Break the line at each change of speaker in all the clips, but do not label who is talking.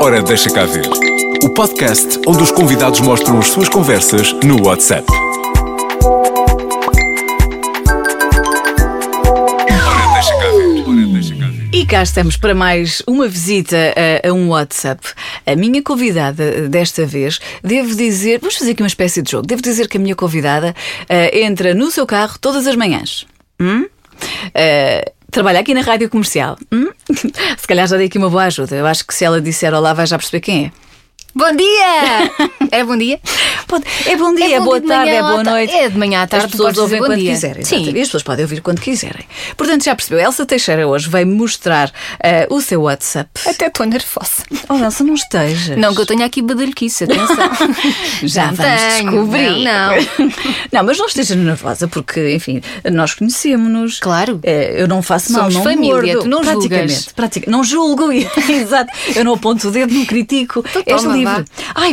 Ora, deixa cá ver. O podcast onde os convidados mostram as suas conversas no WhatsApp. Ora, deixa cá ver. Ora, deixa cá ver.
E cá estamos para mais uma visita a, a um WhatsApp. A minha convidada desta vez, devo dizer, vamos fazer aqui uma espécie de jogo. Devo dizer que a minha convidada eh, entra no seu carro todas as manhãs. Hum? Eh, trabalha aqui na rádio comercial. Hum? Se calhar já dei aqui uma boa ajuda. Eu acho que se ela disser olá, vai já perceber quem é.
Bom dia! Era bom dia?
Pode- É bom dia, é
bom
boa
dia de
tarde,
manhã
é
ou
boa
à ta-
noite.
é de manhã à tarde,
As pessoas
podes
ouvem
dizer bom
quando
dia.
quiserem.
Sim.
exatamente. E as pessoas podem ouvir quando quiserem. Portanto, já percebeu, Elsa Teixeira hoje veio mostrar eh, o seu WhatsApp.
Até estou nervosa.
Oh, Elsa, não estejas.
Não, que eu tenho aqui badalhoquice, atenção.
Já
Não
vamos
tenho,
descobrir.
Não, não.
Não, mas não estejas nervosa, porque, enfim, nós conhecemos-nos.
Claro.
Eh, eu não faço mal,
Somos
não
família,
mordo.
tu não
praticamente,
julgas.
pratica- Não julgo, exato. Eu não aponto o dedo, não critico. És
Então toma,
livre.
vá.
Ai,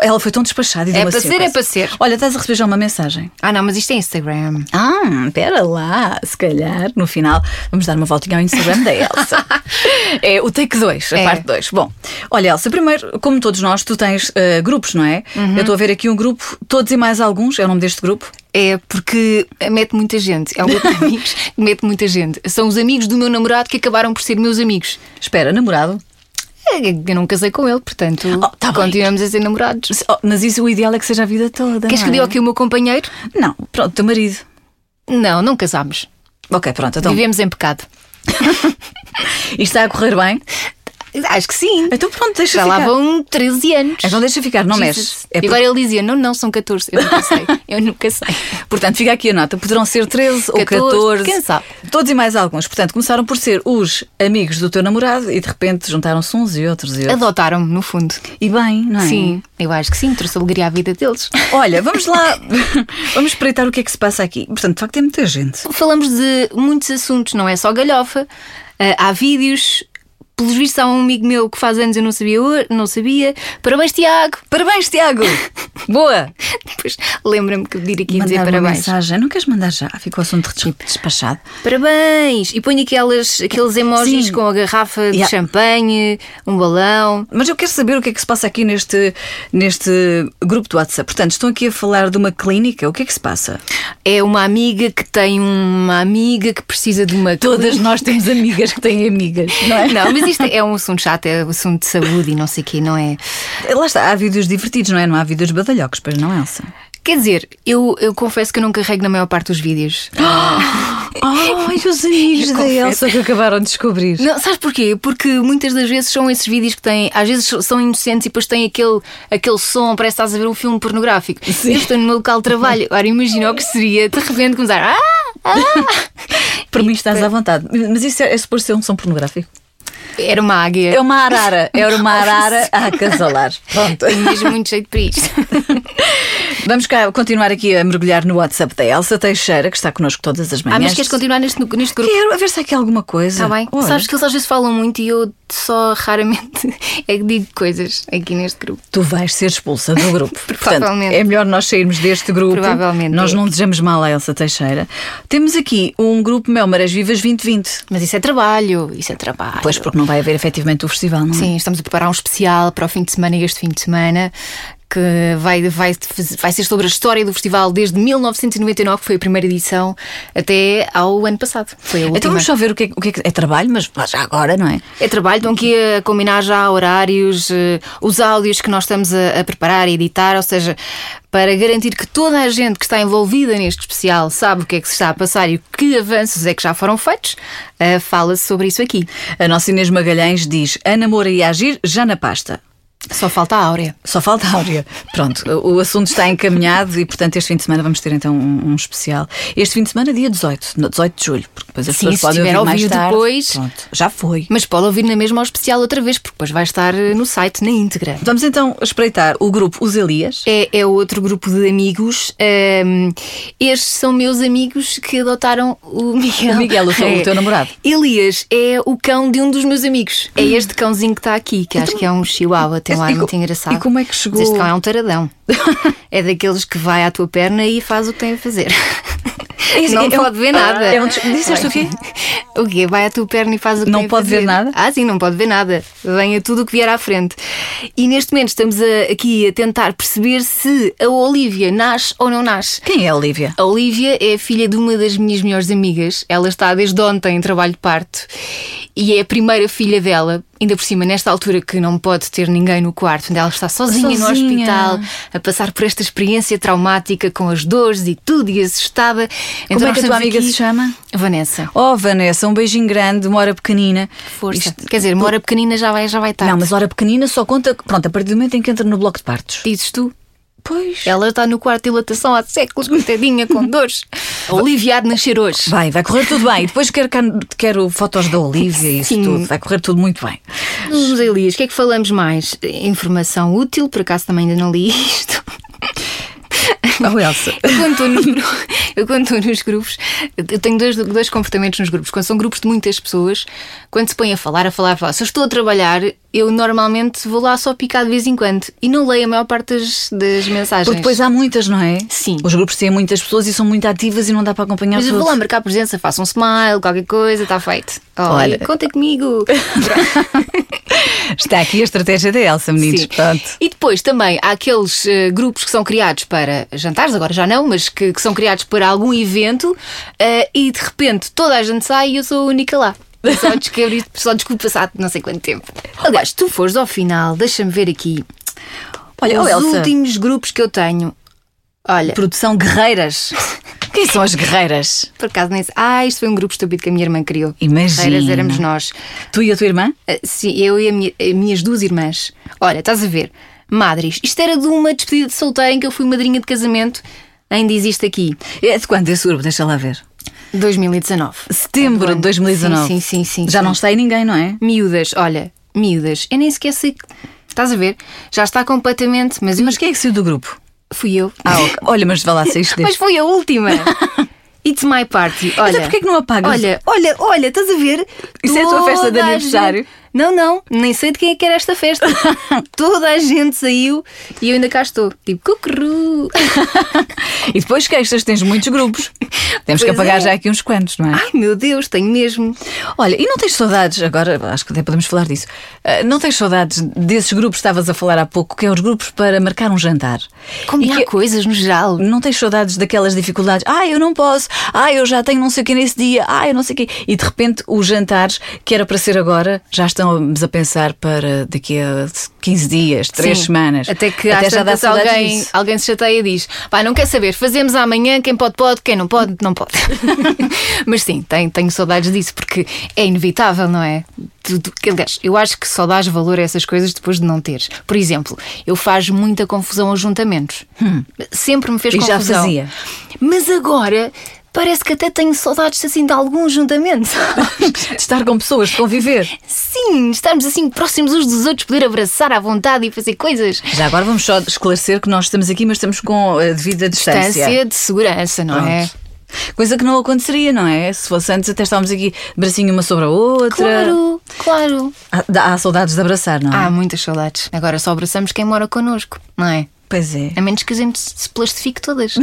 ela foi tão despachada. e deu
É para
assim,
ser,
coisa.
é para ser.
Olha, estás a receber já uma mensagem.
Ah, não, mas isto é Instagram.
Ah, espera lá. Se calhar, no final, vamos dar uma voltinha ao Instagram da Elsa. é o take 2, a
É.
parte 2. Bom, olha, Elsa, primeiro, como todos nós, tu tens eh, grupos, não é?
Uhum.
Eu estou a ver aqui um grupo, todos e mais alguns, é o nome deste grupo.
É porque mete muita gente. É um grupo de amigos que mete muita gente. São os amigos do meu namorado que acabaram por ser meus amigos.
Espera, namorado.
É, Eu não casei com ele, portanto,
Oh, tá bem.
continuamos a ser namorados.
Oh, mas isso o ideal é que seja a vida toda.
Queres que eu
não é?
diga aqui o meu companheiro?
Não, pronto, teu marido.
Não, não casámos.
Ok, pronto, então.
Vivemos em pecado.
Isto está a correr bem.
Acho que sim.
Então pronto, deixa
Já
ficar.
lá vão 13 anos.
Então deixa ficar, não mexe.
Jesus.
É
E agora ele dizia: não, não, são 14. Eu nunca sei. Eu nunca sei.
por- Portanto, fica aqui a nota. Poderão ser 13 ou
14,
14.
quem sabe?
Todos e mais alguns. Portanto, começaram por ser os amigos do teu namorado e de repente juntaram-se uns e outros e outros.
Adotaram-me, no fundo.
E bem, não é?
Sim, eu acho que sim, trouxe alegria à vida deles.
Olha, vamos lá. vamos espreitar o que é que se passa aqui. Portanto, de facto, é muita gente.
Então Falamos de muitos assuntos, não é só galhofa. Ah, há vídeos. Pelos vistos, há um amigo meu que faz anos eu não sabia. hoje- Não sabia. Parabéns, Tiago!
Parabéns, Tiago! Boa!
Depois lembra-me que pedir aqui a
Mandar
dizer
uma
parabéns.
mensagem. Não queres mandar já? Ah, Ficou o assunto des- Tipo, despachado.
Parabéns! E ponho aquelas, aqueles emojis
Sim.
com a garrafa de
Yeah.
champanhe, um balão.
Mas eu quero saber o que é que se passa aqui neste, neste grupo do WhatsApp. Portanto, estão aqui a falar de uma clínica. O que é que se passa?
É uma amiga que tem uma amiga que precisa de uma.
Todas nós temos amigas que têm amigas, não é?
Não, mas isto é um assunto chato, é um assunto de saúde e não sei o quê, não é?
Lá está, há vídeos divertidos, não é? Não há vídeos badalhocos, pois não, Elsa?
Quer dizer, eu, eu confesso que eu não carrego na maior parte dos vídeos.
Ai, os amigos
Eu
da
confesso.
Elsa que acabaram de descobrir.
Não, sabes porquê? Porque muitas das vezes são esses vídeos que têm, às vezes são inocentes e depois têm aquele, aquele som, parece que estás a ver um filme pornográfico. Eu estou no meu local de trabalho. Agora imagina o que seria de repente começar. Ah! Ah!
Por mim estás à vontade. Mas isso é, é suposto ser um som pornográfico?
Era uma águia.
É uma arara. Era uma arara a acasalar. Pronto.
Tenho mesmo muito jeito para isto.
Vamos cá continuar aqui a mergulhar no WhatsApp da Elsa Teixeira, que está connosco todas as manhãs.
Ah, mas queres continuar neste, neste grupo?
Quero, a ver se há aqui alguma coisa.
Está Tá bem.
Olha.
Sabes que eles às vezes falam muito e eu só raramente é que digo coisas aqui neste grupo.
Tu vais ser expulsa do grupo. Portanto,
Provavelmente.
é melhor nós sairmos deste grupo.
Provavelmente,
Nós
é.
não desejamos mal a Elsa Teixeira. Temos aqui um grupo Mel Marés Vivas 2020.
Mas isso é trabalho, isso é trabalho.
Pois, porque não vai haver efetivamente o festival, não é?
Sim, estamos a preparar um especial para o fim de semana e este fim de semana que vai, vai, vai ser sobre a história do festival desde 1999, que foi a primeira edição, até ao ano passado. Foi a última.
Então vamos só ver o que é o que. É, que- é trabalho, mas já agora, não é?
É trabalho, estão aqui a combinar já horários, eh, os áudios que nós estamos a, a preparar e editar, ou seja, para garantir que toda a gente que está envolvida neste especial sabe o que é que se está a passar e que avanços é que já foram feitos, eh, fala-se sobre isso aqui.
A nossa Inês Magalhães diz: Ana Moura e Agir já na pasta.
Só falta a Áurea.
Só falta a Áurea. Pronto, o o assunto está encaminhado e, portanto, este fim de semana vamos ter então um, um especial. Este fim de semana, dia 18, no- 18 de julho, porque depois as
Sim,
pessoas
se
podem
tiver
ouvir
a
mais
ouvir
tarde.
depois-
Pronto, já foi.
Mas pode ouvir na mesma ao especial outra vez, porque depois vai estar eh, no site na íntegra.
Vamos então espreitar o grupo Os Elias.
É, é outro grupo de amigos. Ahm, estes são meus amigos que adotaram o Miguel. É.
O Miguel, o teu- o teu namorado. Hum.
Elias é o cão de um dos meus amigos. É este cãozinho que está aqui, que acho que é um chihuahua, tem um
Então E
ar
co-
muito engraçado.
e como é que
Mas
chegou-
Este cão é um taradão. é daqueles que vai à tua perna e faz o que tem a fazer.
Isso
Não
é- é um-
pode ver nada.
é um des- disseste o quê?
O quê? Vai à tua perna e faz o que
Não
tem a
pode ver
fazer.
nada?
Ah, sim, não pode ver nada. Venha tudo o que vier à frente. E neste momento estamos a- aqui a tentar perceber se a Olivia nasce ou não nasce.
Quem é a Olivia?
A Olivia é a filha de uma das minhas melhores amigas. Ela está desde ontem em trabalho de parto e é a primeira filha dela, ainda por cima, nesta altura que não pode ter ninguém no quarto, onde ela está sozinha, no
Sozinha.
hospital, a passar por esta experiência traumática com as dores e tudo e assustada. Então
Como é
nós
que a tua
estamos
amiga
aqui-
se chama?
Vanessa.
Oh, Vanessa, um beijinho grande, uma hora pequenina.
Força.
Isto-
Quer dizer, uma hora pequenina já vai, já vai tarde.
Não, mas hora pequenina só conta. Pronto, a partir do momento em que entra no bloco de partos.
Dizes tu,
Pois.
ela está no quarto de dilatação há séculos, coitadinha, com dores. Oliviado nascer hoje.
Vai, vai correr tudo bem. E Depois quero, can- quero fotos da Olivia e isso
Sim.
tudo. Vai correr tudo muito bem.
José Elias, o que é que falamos mais? Informação útil, por acaso também ainda não li isto.
Oh, Elsa.
Eu quando estou nos, gru- eu quando estou nos grupos, eu tenho dois, dois comportamentos nos grupos. Quando são grupos de muitas pessoas, quando se põem a falar, a falar, a falar. Se eu estou a trabalhar, eu normalmente vou lá só picar de vez em quando e não leio a maior parte das, das mensagens.
Porque depois há muitas, não é?
Sim.
Os grupos têm muitas pessoas e são muito ativas e não dá para acompanhar
Mas eu
tudo.
vou lá marcar presença, faça um smile, qualquer coisa, está feito.
Olha.
Olha, conta comigo.
Está aqui a estratégia da Elsa, meninos.
Sim.
Pronto.
E depois também há aqueles eh, grupos que são criados para jantares, agora já não, mas que, que são criados para algum evento eh, e de repente toda a gente sai e eu sou a única lá. Eu Só descobri, só descobri passado não sei quanto tempo. Aliás, se tu fores ao final, deixa-me ver aqui.
Olha, oh,
os
Elsa.
últimos grupos que eu tenho. Olha, por,
Produção Guerreiras. Quem são as guerreiras?
acaso nem sei. Ah, isto foi um grupo estúpido que a minha irmã criou.
Imagina.
Feiras éramos nós.
Tu e a tua irmã?
Ah, Sim, eu e a minha- as minhas duas irmãs. Olha, estás a ver, madres, isto era de uma despedida de solteira em que eu fui madrinha de casamento, ainda existe aqui,
É de quando esse grupo? Deixa lá ver.
2019.
Setembro de 2019.
Sim, sim, sim, sim,
Já
sim.
não está aí ninguém, não é?
Miúdas, olha, miúdas, eu nem sequer sei. que- Estás a ver? Já está completamente, mas eu
Mas quem é que saiu do grupo?
fui eu.
Ah, ok. Olha, mas vá lá, saíste
Mas
deste.
foi a última! It's my party. Olha,
porquê é que não apagas?
Olha, olha, olha, estás a ver?
Isso é a tua festa de
Toda a
aniversário?
gente- Não, não, nem sei de quem é que era esta festa. Toda a gente saiu e eu ainda cá estou. Tipo, cucurru.
E depois queixas, tens muitos grupos. Temos que
Pois
apagar
é.
já aqui uns quantos, não é?
Ai meu Deus, tenho mesmo.
Olha, e não tens saudades, agora acho que até podemos falar disso, Ah, não tens saudades desses grupos que estavas a falar há pouco, que é os grupos para marcar um jantar?
Combinar
E que-
coisas no geral.
Não tens saudades daquelas dificuldades? Ah, eu não posso. Ah, eu já tenho não sei o quê nesse dia. Ah, eu não sei o quê. E de repente os jantares, que era para ser agora, já estamos a pensar para daqui a 15 dias, 3
Sim.
semanas.
Até que às
já dá
tantas
saudades
alguém,
disso.
alguém se chateia e diz: pá, não quer saber, fazemos amanhã, quem pode, pode, quem não pode, não pode. Mas sim, tenho, tenho saudades disso, porque é inevitável, não é? Tu- tu- que, aliás, eu acho que só dás valor a essas coisas depois de não teres. Por exemplo, eu faço muita confusão aos juntamentos. Sempre me fez
Hum. E já
confusão.
fazia.
Mas agora. Parece que até tenho saudades assim de alguns juntamentos.
De estar com pessoas, de conviver.
Sim, estarmos assim próximos uns dos outros, poder abraçar à vontade e fazer coisas.
Já agora vamos só esclarecer que nós estamos aqui, mas estamos com a devida
distância de segurança, não é?
Pronto. Coisa que não aconteceria, não é? Se fosse antes, até estávamos aqui de bracinho uma sobre a outra.
Claro, claro. Ah.
Há, dá- há saudades de abraçar, não é?
Há muitas saudades. Agora só abraçamos quem mora connosco, não é?
Pois é.
A menos que a gente se plastifique todas.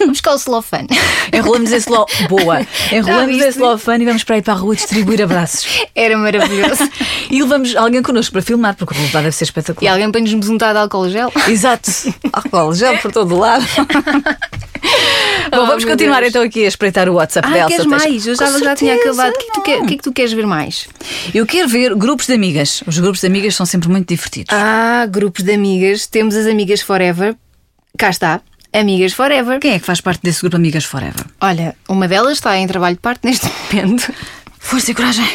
Vamos cá o celofane.
Enrolamos esse lo... Boa!
Já
Enrolamos
viste?
esse lofano e vamos para aí para a rua distribuir abraços.
Era maravilhoso.
E levamos alguém connosco para filmar, porque o resultado deve ser
e
espetacular.
alguém põe-nos mesuntar de álcool gel.
Exato. Álcool, gel por todo o lado. Bom,
Oh,
vamos
meu
continuar
Deus.
então aqui a espreitar o WhatsApp
Ah,
da Elsa
queres
Teixeira.
mais? Eu já,
Com
já tinha
certeza,
acabado. O que, é que tu quer- o que é que tu queres ver mais?
Eu quero ver grupos de amigas. Os grupos de amigas são sempre muito divertidos.
Ah, grupos de amigas. Temos as amigas Forever. Cá está. Amigas Forever.
Quem é que faz parte desse grupo Amigas Forever?
Olha, uma delas está em trabalho de parte neste momento.
Força e coragem.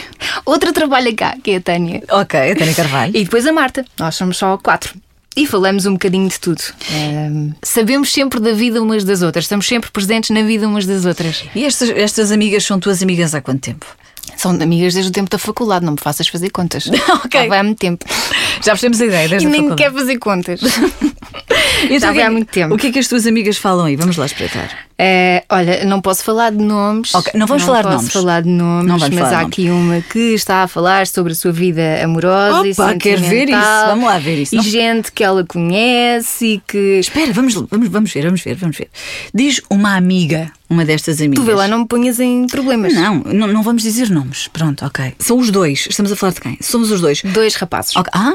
Outra trabalha cá, que é a Tânia.
Ok, a Tânia Carvalho.
E depois a Marta. Nós somos só quatro. E falamos um bocadinho de tudo. Ahm, sabemos sempre da vida umas das outras. Estamos sempre presentes na vida umas das outras.
E estas, estas amigas são tuas amigas há quanto tempo?
São amigas desde o tempo da faculdade. Não me faças fazer contas.
Ok.
Já vai há muito tempo.
Já percebemos a ideia
E
desde a
nem quer
faculdade.
fazer contas.
Então, o que
Já vai
é-
há muito tempo.
O que é que as tuas amigas falam aí? Vamos lá espreitar.
É, olha, não posso falar de nomes.
Ok, não vamos falar de
posso
nomes.
falar de nomes,
Não vamos
mas
falar de
há
nomes.
aqui uma que está a falar sobre a sua vida amorosa e
Opa,
sentimental.
quero ver isso. Vamos lá ver isso.
E
Não-
gente que ela conhece e que
Espera, vamos, vamos, vamos ver, vamos ver, vamos ver. Diz uma amiga. uma destas amigas.
Tu vê lá, não me ponhas em problemas.
Não, não, não vamos dizer nomes. Pronto, ok. São os dois. Estamos a falar de quem? Somos os dois.
Dois rapazes.
Ok, Ah,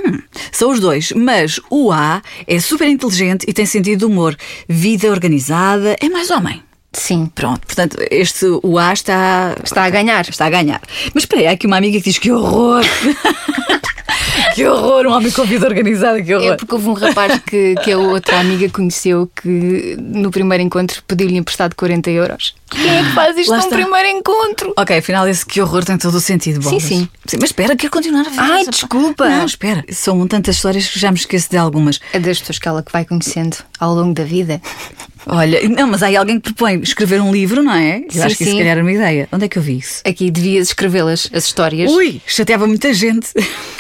são os dois. Mas o A é super inteligente e tem sentido de humor. Vida organizada, é mais homem.
Sim.
Pronto, portanto, este o A está,
Está a ganhar.
está a ganhar. Mas espera aí, há aqui uma amiga que diz que horror. que horror, um homem com vida organizada, que horror.
É porque houve um rapaz que, que a outra amiga conheceu que no primeiro encontro pediu-lhe emprestado 40 euros. Quem é que faz isto
Lá
num
está.
primeiro encontro?
Ok, afinal esse que horror tem todo o sentido. Bom,
Sim,
mas-
sim.
Mas espera, quero continuar a ver.
Ai,
essa-
desculpa.
Não, espera. São tantas histórias que já me esqueço de algumas.
É das pessoas que ela que vai conhecendo ao longo da vida.
Olha, não, mas há aí alguém que propõe escrever um livro, não é? Eu
Sim,
acho que isso
sim.
se calhar era uma ideia. Onde é que eu vi isso?
Aqui devias escrevê-las, as histórias.
Ui, chateava muita gente.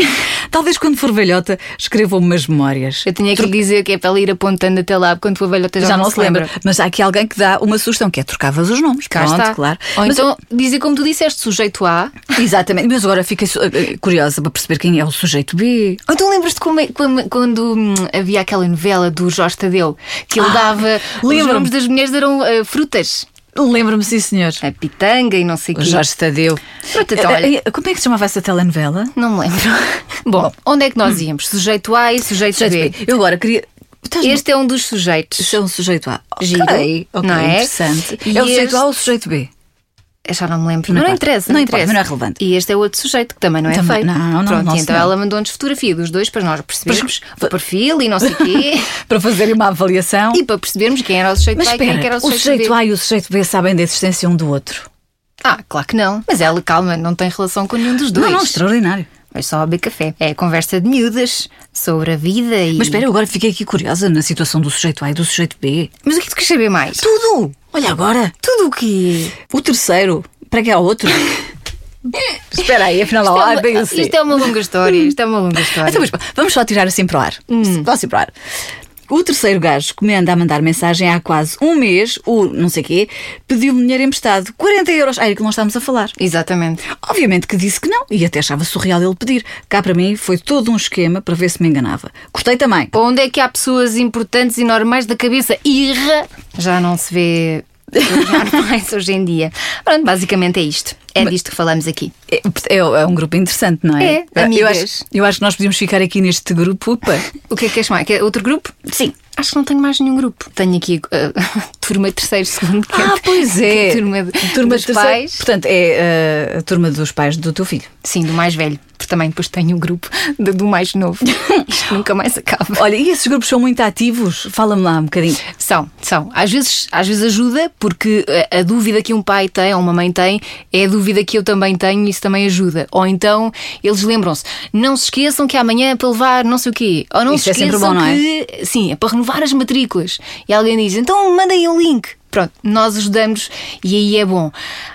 Talvez quando for velhota escrevam umas memórias.
Eu tinha que lhe dizer que é para ela ir apontando até lá, quando for velhota já,
Já, não se lembra. Mas há aqui alguém que dá uma sugestão, que é trocavas os nomes.
Cá
Pronto,
está.
claro.
Ou
Mas-
então dizer como tu disseste, sujeito A.
Exatamente. Mas agora fiquei su- eh, curiosa para perceber quem é o sujeito B.
Ou então lembras-te como é- como- quando hum, havia aquela novela do Jorge Tadeu, que ele
Ah,
dava. Os
lembro-me.
nomes das mulheres eram ah, frutas.
Lembro-me, sim, senhor.
A pitanga e não sei o
O
quê.
Jorge Tadeu.
Pronto, então, olha.
Eh, eh, Como é que se chamava essa telenovela?
Não me lembro. Bom, onde é que nós íamos? Sujeito A e sujeito, B.
Sujeito B. Eu agora queria. Estás
Este é um dos sujeitos.
Este é um sujeito A.
Giro,
Ok, ok,
não é?
interessante.
E
é o sujeito
este-
A ou o sujeito B?
Eu Já não me lembro.
Não
Mas Não,
importa.
interessa,
Não
não,
importa,
interessa.
mas não é relevante.
E este é outro sujeito que também não é
Também-
feito.
não, não,
Pronto,
não,
e então
senhora.
ela mandou-nos fotografia dos dois para nós percebermos
Pois-
o perfil e não sei o quê.
Para fazerem uma avaliação.
e para percebermos quem era o sujeito
Mas
A e quem é que
espera,
era o
o sujeito,
sujeito, B.
A e o sujeito B sabem da existência um do outro.
Ah, claro que não. Mas ela, calma, não tem relação com nenhum dos dois.
Não, não, extraordinário.
Mas só a beber café. É conversa de miúdas sobre a vida e.
Mas espera, eu agora fiquei aqui curiosa na situação do sujeito A e do sujeito B.
Mas o que tu queres saber mais?
Tudo! Olha agora!
Tudo o quê?
O terceiro, para que há outro? espera aí, afinal
Isto,
há
é
A,
uma,
B e o C.
isto é uma longa história. Isto é uma longa história.
assim. Então, mas pá, vamos só tirar assim para o ar. Só assim para o ar. O terceiro gajo que me anda a mandar mensagem há quase um mês, ou não sei quê, pediu-me dinheiro emprestado. 40 euros. Ah, é que não estamos a falar.
Exatamente.
Obviamente que disse que não e até achava surreal ele pedir. Cá para mim foi todo um esquema para ver se me enganava. Gostei também.
Onde é que há pessoas importantes e normais da cabeça? Irra! Já não se vê pessoas normais hoje em dia. Pronto, basicamente é isto. É disto que falamos aqui.
É, é- é um grupo interessante, não é?
É,
eu
amigas.
acho, eu acho que nós podíamos ficar aqui neste grupo. Opa.
O que é que és mais? Quer outro grupo?
Sim.
Acho que não tenho mais nenhum grupo. Tenho aqui eh, turma de terceiro, segundo. que
Ah, pois é.
que turma, de,
Turma
dos
de terceiro-
pais.
Portanto, é eh, a turma dos pais do teu filho.
Sim, do mais velho. Porque também depois tenho o grupo de- do mais novo. Isto nunca mais acaba.
Olha, e esses grupos são muito ativos? Fala-me lá um bocadinho.
São, são. Às vezes, às vezes ajuda, porque a, a dúvida que um pai tem ou uma mãe tem é a dúvida que eu também tenho e isso também ajuda. Ou então eles lembram-se, não se esqueçam que amanhã é para levar não sei o quê. Ou não
Isso
se
é sempre
esqueçam
bom, não é?
que. Sim, é para renovar as matrículas. E alguém diz, então mandem um link. Pronto, nós ajudamos e aí é bom.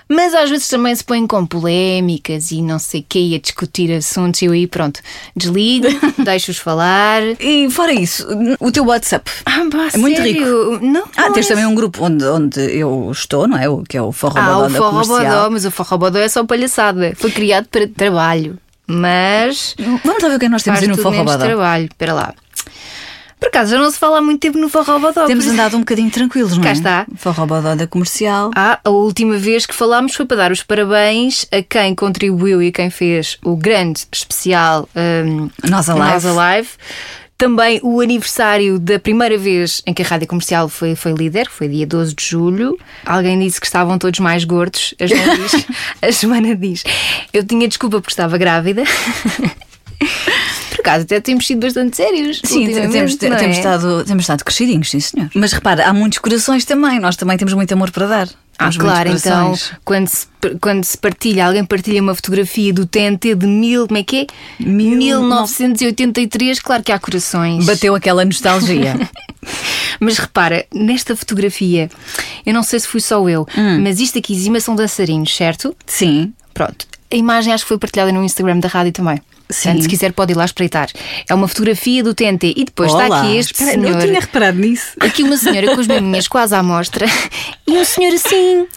Mas às vezes também se põem com polémicas e não sei o quê, e a discutir assuntos e eu aí, pronto, desligo, deixo-os falar.
E fora isso, o teu WhatsApp.
Ah, bah,
É muito
sério? Não,
Ah,
não
tens
é
também um grupo onde, onde eu estou, não é? O que é o
Ah,
Forrobodó
o
da
forrobodó,
Comercial.
mas o forrobodó é só palhaçada. Foi criado para trabalho, mas
Vamos lá ver o que é que nós temos
faz
aí no
tudo menos
Forrobodó.
trabalho. Espera lá. Por acaso, já não se fala há muito tempo no forrobodó.
Temos
por isso-
andado um bocadinho tranquilos, não é?
Cá está.
Forrobodó da Comercial.
Ah, a última vez que falámos foi para dar os parabéns a quem contribuiu e quem fez o grande especial hum,
Nós Alive.
Nós Alive. Também o aniversário da primeira vez em que a rádio comercial foi, foi líder, foi dia 12 de julho. Alguém disse que estavam todos mais gordos. A Joana diz. a Joana diz. Eu tinha desculpa porque estava grávida. Por acaso, até temos sido bastante sérios.
Sim,
ultimamente,
temos,
não é?
temos, estado, temos estado crescidinhos, sim senhor. Mas repara, há muitos corações também, nós também temos muito amor para dar.
Ah,
Temos
claro,
muitos
então
corações.
quando se, quando se partilha, alguém partilha uma fotografia do TNT de mil, como é que é?
Mil-
1983, claro que há corações.
Bateu aquela nostalgia.
Mas repara, nesta fotografia, eu não sei se fui só eu,
Hum.
mas isto aqui, Zima, são dançarinos, certo?
sim.
Pronto. A imagem acho que foi partilhada no Instagram da rádio também.
Sim.
Portanto, se quiser pode ir lá espreitar. É uma fotografia do TNT e depois está
Olá.
aqui este
Espera,
senhor.
Eu tinha reparado nisso.
Aqui uma senhora com as maminhas quase à mostra e um senhor assim,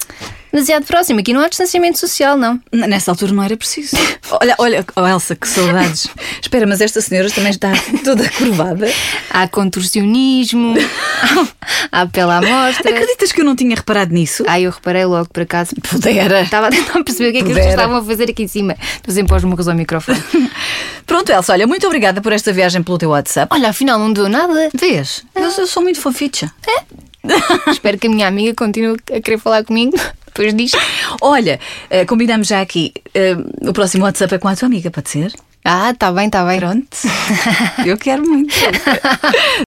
demasiado próximo. Aqui não há distanciamento social, não.
N- Nessa altura não era preciso. Olha, olha, oh Elsa, que saudades. Espera, mas esta senhora também está toda curvada.
Há contorcionismo, há pela amostra.
Acreditas que eu não tinha reparado nisso?
Ai, eu reparei logo, por acaso.
Ah, Pudera.
Estava a tentar perceber o que é que as
Pudera.
pessoas estavam a fazer aqui em cima. Estou sempre aos murros ao microfone.
Pronto, Elsa, olha, muito obrigada por esta viagem pelo teu WhatsApp. Ah.
Olha, afinal não deu nada.
Vês? Eu, eu sou muito foficha.
Espero que a minha amiga continue a querer falar comigo depois disto.
Olha, eh, combinamos já aqui. eh, o próximo WhatsApp é com a tua amiga, pode ser?
Ah, tá bem, tá bem.
Pronto. Eu quero muito.